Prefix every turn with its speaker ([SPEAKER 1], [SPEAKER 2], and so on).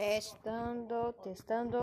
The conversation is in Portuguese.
[SPEAKER 1] Testando, testando.